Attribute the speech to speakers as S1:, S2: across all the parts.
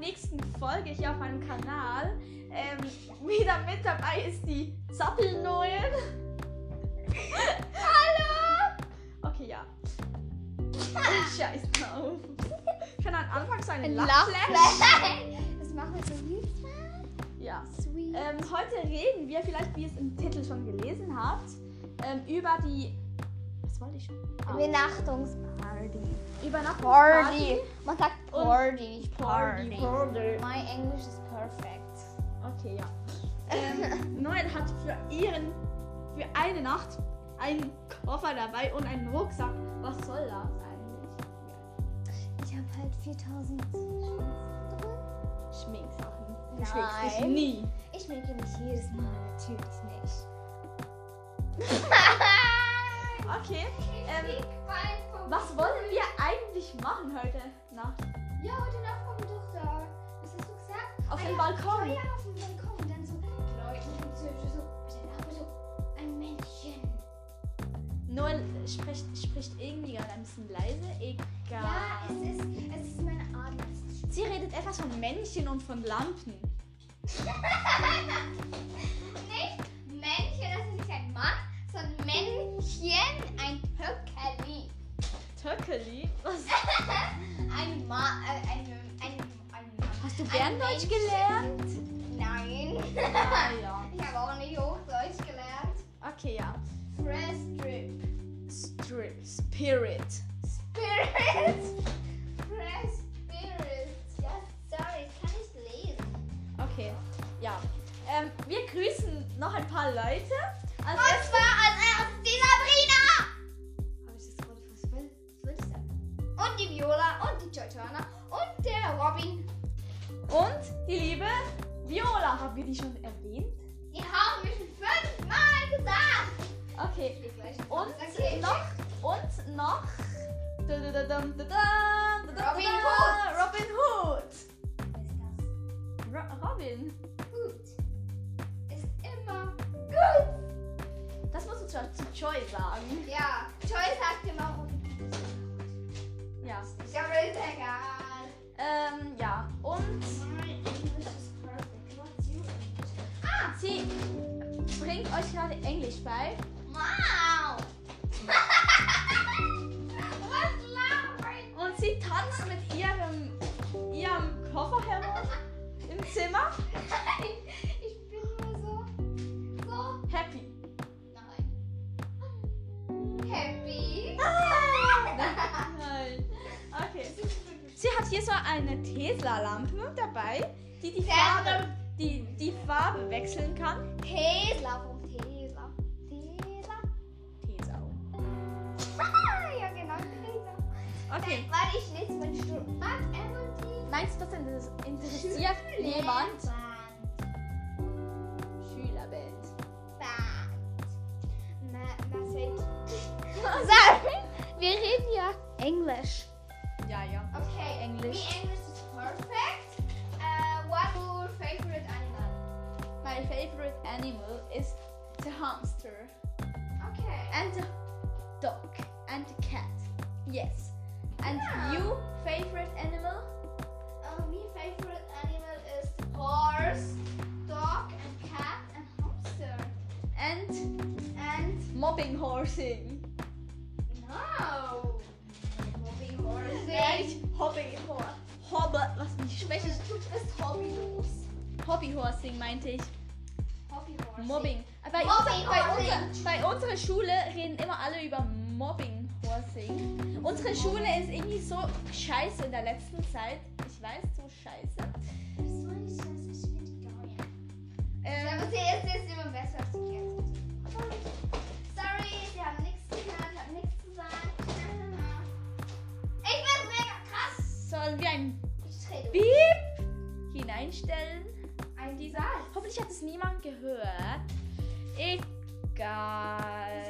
S1: nächsten Folge hier auf meinem Kanal. Ähm, wieder mit dabei ist die Zappelnoel. Hallo! Okay, ja. Scheiß drauf. Ich kann am Anfang so einen
S2: Ein
S1: Lachflash.
S2: Lachflash. Das machen wir so süß.
S1: Ja.
S2: Sweet.
S1: Ähm, heute reden wir vielleicht, wie ihr es im Titel schon gelesen habt, ähm, über die. Was wollte ich schon? Ah,
S2: Benachtungsparty.
S1: Übernachtungsparty.
S2: Party. Man sagt Party, nicht Party.
S1: Party.
S2: My English is perfect.
S1: Okay, ja. Ähm, Noel hat für ihren. für eine Nacht einen Koffer dabei und einen Rucksack. Was soll das eigentlich?
S2: Ich habe halt 4000 Schmerzen drin.
S1: Schminksachen. Du
S2: Nein.
S1: schminkst dich nie.
S2: Ich merke mich jedes Mal, natürlich nicht.
S1: Okay. Ähm,
S2: Ähm,
S1: was wollen wir eigentlich machen heute Nacht?
S2: Ja, heute Nacht kommt doch da. Was hast du gesagt?
S1: Auf
S2: Ah
S1: den
S2: ja,
S1: Balkon.
S2: Ja, ja, auf den Balkon. Und dann so Leute und so, so, und dann aber so ein Männchen.
S1: Noel spricht, spricht irgendwie gerade ein bisschen leise. Egal.
S2: Ja, es ist, es ist meine Art. es ist-
S1: Sie redet etwas von Männchen und von Lampen.
S2: Nicht Männchen, das ist nicht ein Mann, sondern Männchen, ein Töckeli.
S1: Töckeli? Was?
S2: Ein Ma, äh, ein, ein, ein Mann.
S1: Hast du
S2: Ein
S1: Berndeutsch
S2: Männchen.
S1: gelernt?
S2: Nein.
S1: Ah, ja.
S2: Ich habe auch nicht Hochdeutsch gelernt.
S1: Okay, ja.
S2: Fresh Drip.
S1: Strip, Spirit.
S2: Spirit. Fresh Spirit. Ja, sorry, ich kann nicht lesen.
S1: Okay, ja. Ähm, wir grüßen noch ein paar Leute. Also, Als
S2: Und
S1: erstes-
S2: zwar als erstes die Sabrina.
S1: Hab ich das gerade was will?
S2: Würde ich sagen. Und die Viola und die Joy Turner und der Robin.
S1: Und die liebe Viola. Haben wir die schon erwähnt?
S2: Die haben mich schon fünfmal gesagt.
S1: Okay.
S2: Ich will gleich
S1: Und
S2: okay.
S1: noch, und noch. Dudududum, dudum, dudum,
S2: Robin
S1: dudum,
S2: Hood.
S1: Robin Hood. Ro Robin.
S2: Ist das gut? Ist immer gut.
S1: Das musst du zu, zu Joy sagen.
S2: Ja, Joy sagt immer Robin.
S1: Ja.
S2: Ich habe es egal.
S1: Ähm, ja. Und sie bringt euch gerade Englisch bei.
S2: Wow! Was labert?
S1: Und sie tanzt mit ihrem, ihrem Koffer herum im Zimmer.
S2: Ich bin nur so. so.
S1: Happy.
S2: Nein. Happy.
S1: Nein. Okay. Sie hat hier so eine Tesla-Lampe dabei, die die
S2: Tesla.
S1: Farbe, die, die Farbe wechseln kann.
S2: Tesla vom Tesla. Tesla.
S1: Tesau.
S2: Ja, genau, Tesla.
S1: Okay.
S2: Warte, ich lese meine Stunde. Was, Emily?
S1: Meinst du, das interessiert jemand? Schülerband.
S2: Sorry, wir reden ja Englisch.
S1: Ja, ja.
S2: Okay,
S1: Englisch.
S2: Me English is perfect. Uh, what your favorite animal?
S1: My favorite animal is the hamster.
S2: Okay.
S1: and a dog and a cat. Yes. And
S2: Yeah.
S1: you favorite animal?
S2: Uh, me favorite animal is horse, dog, and cat, and hamster.
S1: And
S2: And
S1: mopping horsing.
S2: no, movie horse.
S1: Nein, Hobby Horse. Hobber, was mich schwäche.
S2: Du bist hobbylos.
S1: Hobby Horsing meinte ich.
S2: Hobby horse.
S1: Mobbing. Bei,
S2: Mobbing
S1: bei,
S2: Horsing.
S1: unser, bei unserer Schule reden immer alle über Mobbing Horsing. Unsere Schule ist irgendwie so scheiße in der letzten Zeit. Ich weiß, so scheiße.
S2: So eine Scheiße, ich bin geil.
S1: Ähm,
S2: Aber sie ist jetzt immer besser als die erste. Sorry, sie haben nichts getan, haben nichts gesagt. Ich bin mega krass.
S1: sollen wir ein
S2: Ich trete.
S1: Beep hineinstellen?
S2: Ein
S1: Die-
S2: Satz.
S1: Hoffentlich hat es niemand gehört.
S2: Das ist schon
S1: Egal.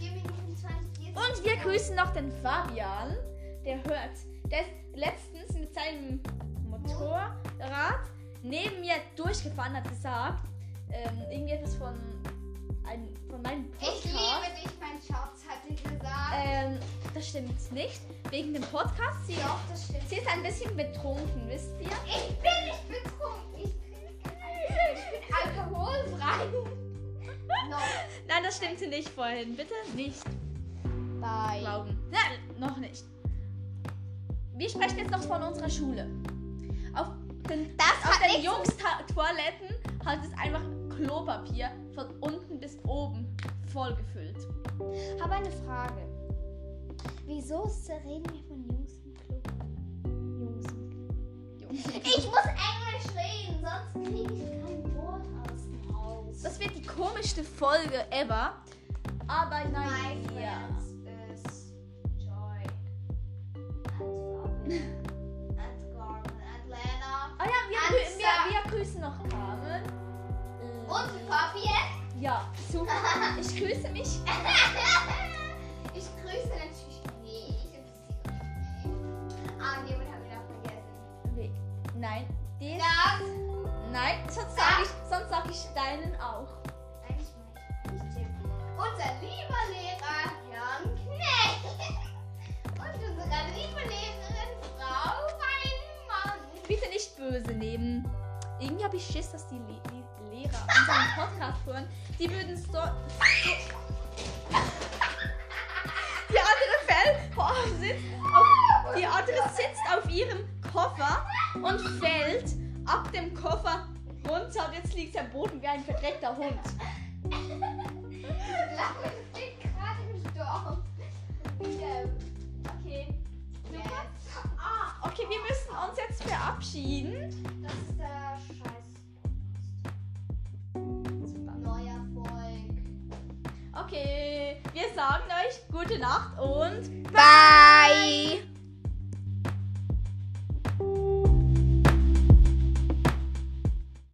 S2: 4 Minuten 20. jetzt-
S1: Äh. Und wir grüßen noch den Fabian, der hört. Der ist letztens mit seinem Motorrad neben mir durchgefahren, hat gesagt, ähm, irgendwie etwas von, ein, von meinem Podcast.
S2: Ich liebe dich, mein Schatz, hat sie gesagt.
S1: Ähm, das stimmt nicht. Wegen dem Podcast. Sie,
S2: Doch, das stimmt.
S1: sie ist halt ein bisschen betrunken, wisst ihr?
S2: Ich bin nicht betrunken. Ich trinke keinen Alkohol. Ich bin alkoholfrei. No.
S1: Nein, das stimmte nicht vorhin. Bitte nicht
S2: Bye.
S1: glauben. Nein, noch nicht. Wir sprechen jetzt noch von unserer Schule. Auf den,
S2: Das
S1: auf
S2: hat
S1: den
S2: nichts-
S1: Jungs-Toiletten hat es einfach Klopapier von unten bis oben vollgefüllt.
S2: Habe eine Frage. Wieso reden wir von Jungs im Club? Jungs im Club. Ich muss Englisch reden, sonst kriege ich kein Wort aus dem Haus.
S1: Das wird die komischste Folge ever. Aber
S2: My
S1: nein. ja.
S2: friends is Joy and Robin and Gorman and Lena
S1: Ah ja, wir,
S2: Alles
S1: grü-
S2: klar.
S1: wir, wir grüßen noch Carmen.
S2: und Fabian.
S1: Ja, super. Ich grüße mich.
S2: ich grüße natürlich nicht. Ah, jemand hat wieder vergessen.
S1: Nee, Nein, die
S2: Das
S1: Nein, sonst sag ich, sonst sag ich deinen auch.
S2: eigentlich nicht. Nicht Jim. Unser lieber Lehrer Jan Knecht und unsere liebe Lehrerin Frau Weinmann.
S1: Bitte nicht böse nehmen. Irgendwie habe ich Schiss, dass die, Le die Lehrer unseren Podcast hören. Die würden so. so die andere fällt auf, sitzt auf, die andere sitzt auf ihrem Koffer und fällt ab dem Koffer runter und jetzt liegt sie am Boden wie ein verdreckter Hund.
S2: Lachen, ich bin gerade gestorben. Ähm, Okay. Jetzt. Ah,
S1: Okay, wir müssen uns jetzt verabschieden.
S2: das ist der Scheiß. Neuer Volk.
S1: Okay, wir sagen euch gute Nacht und
S2: Bye.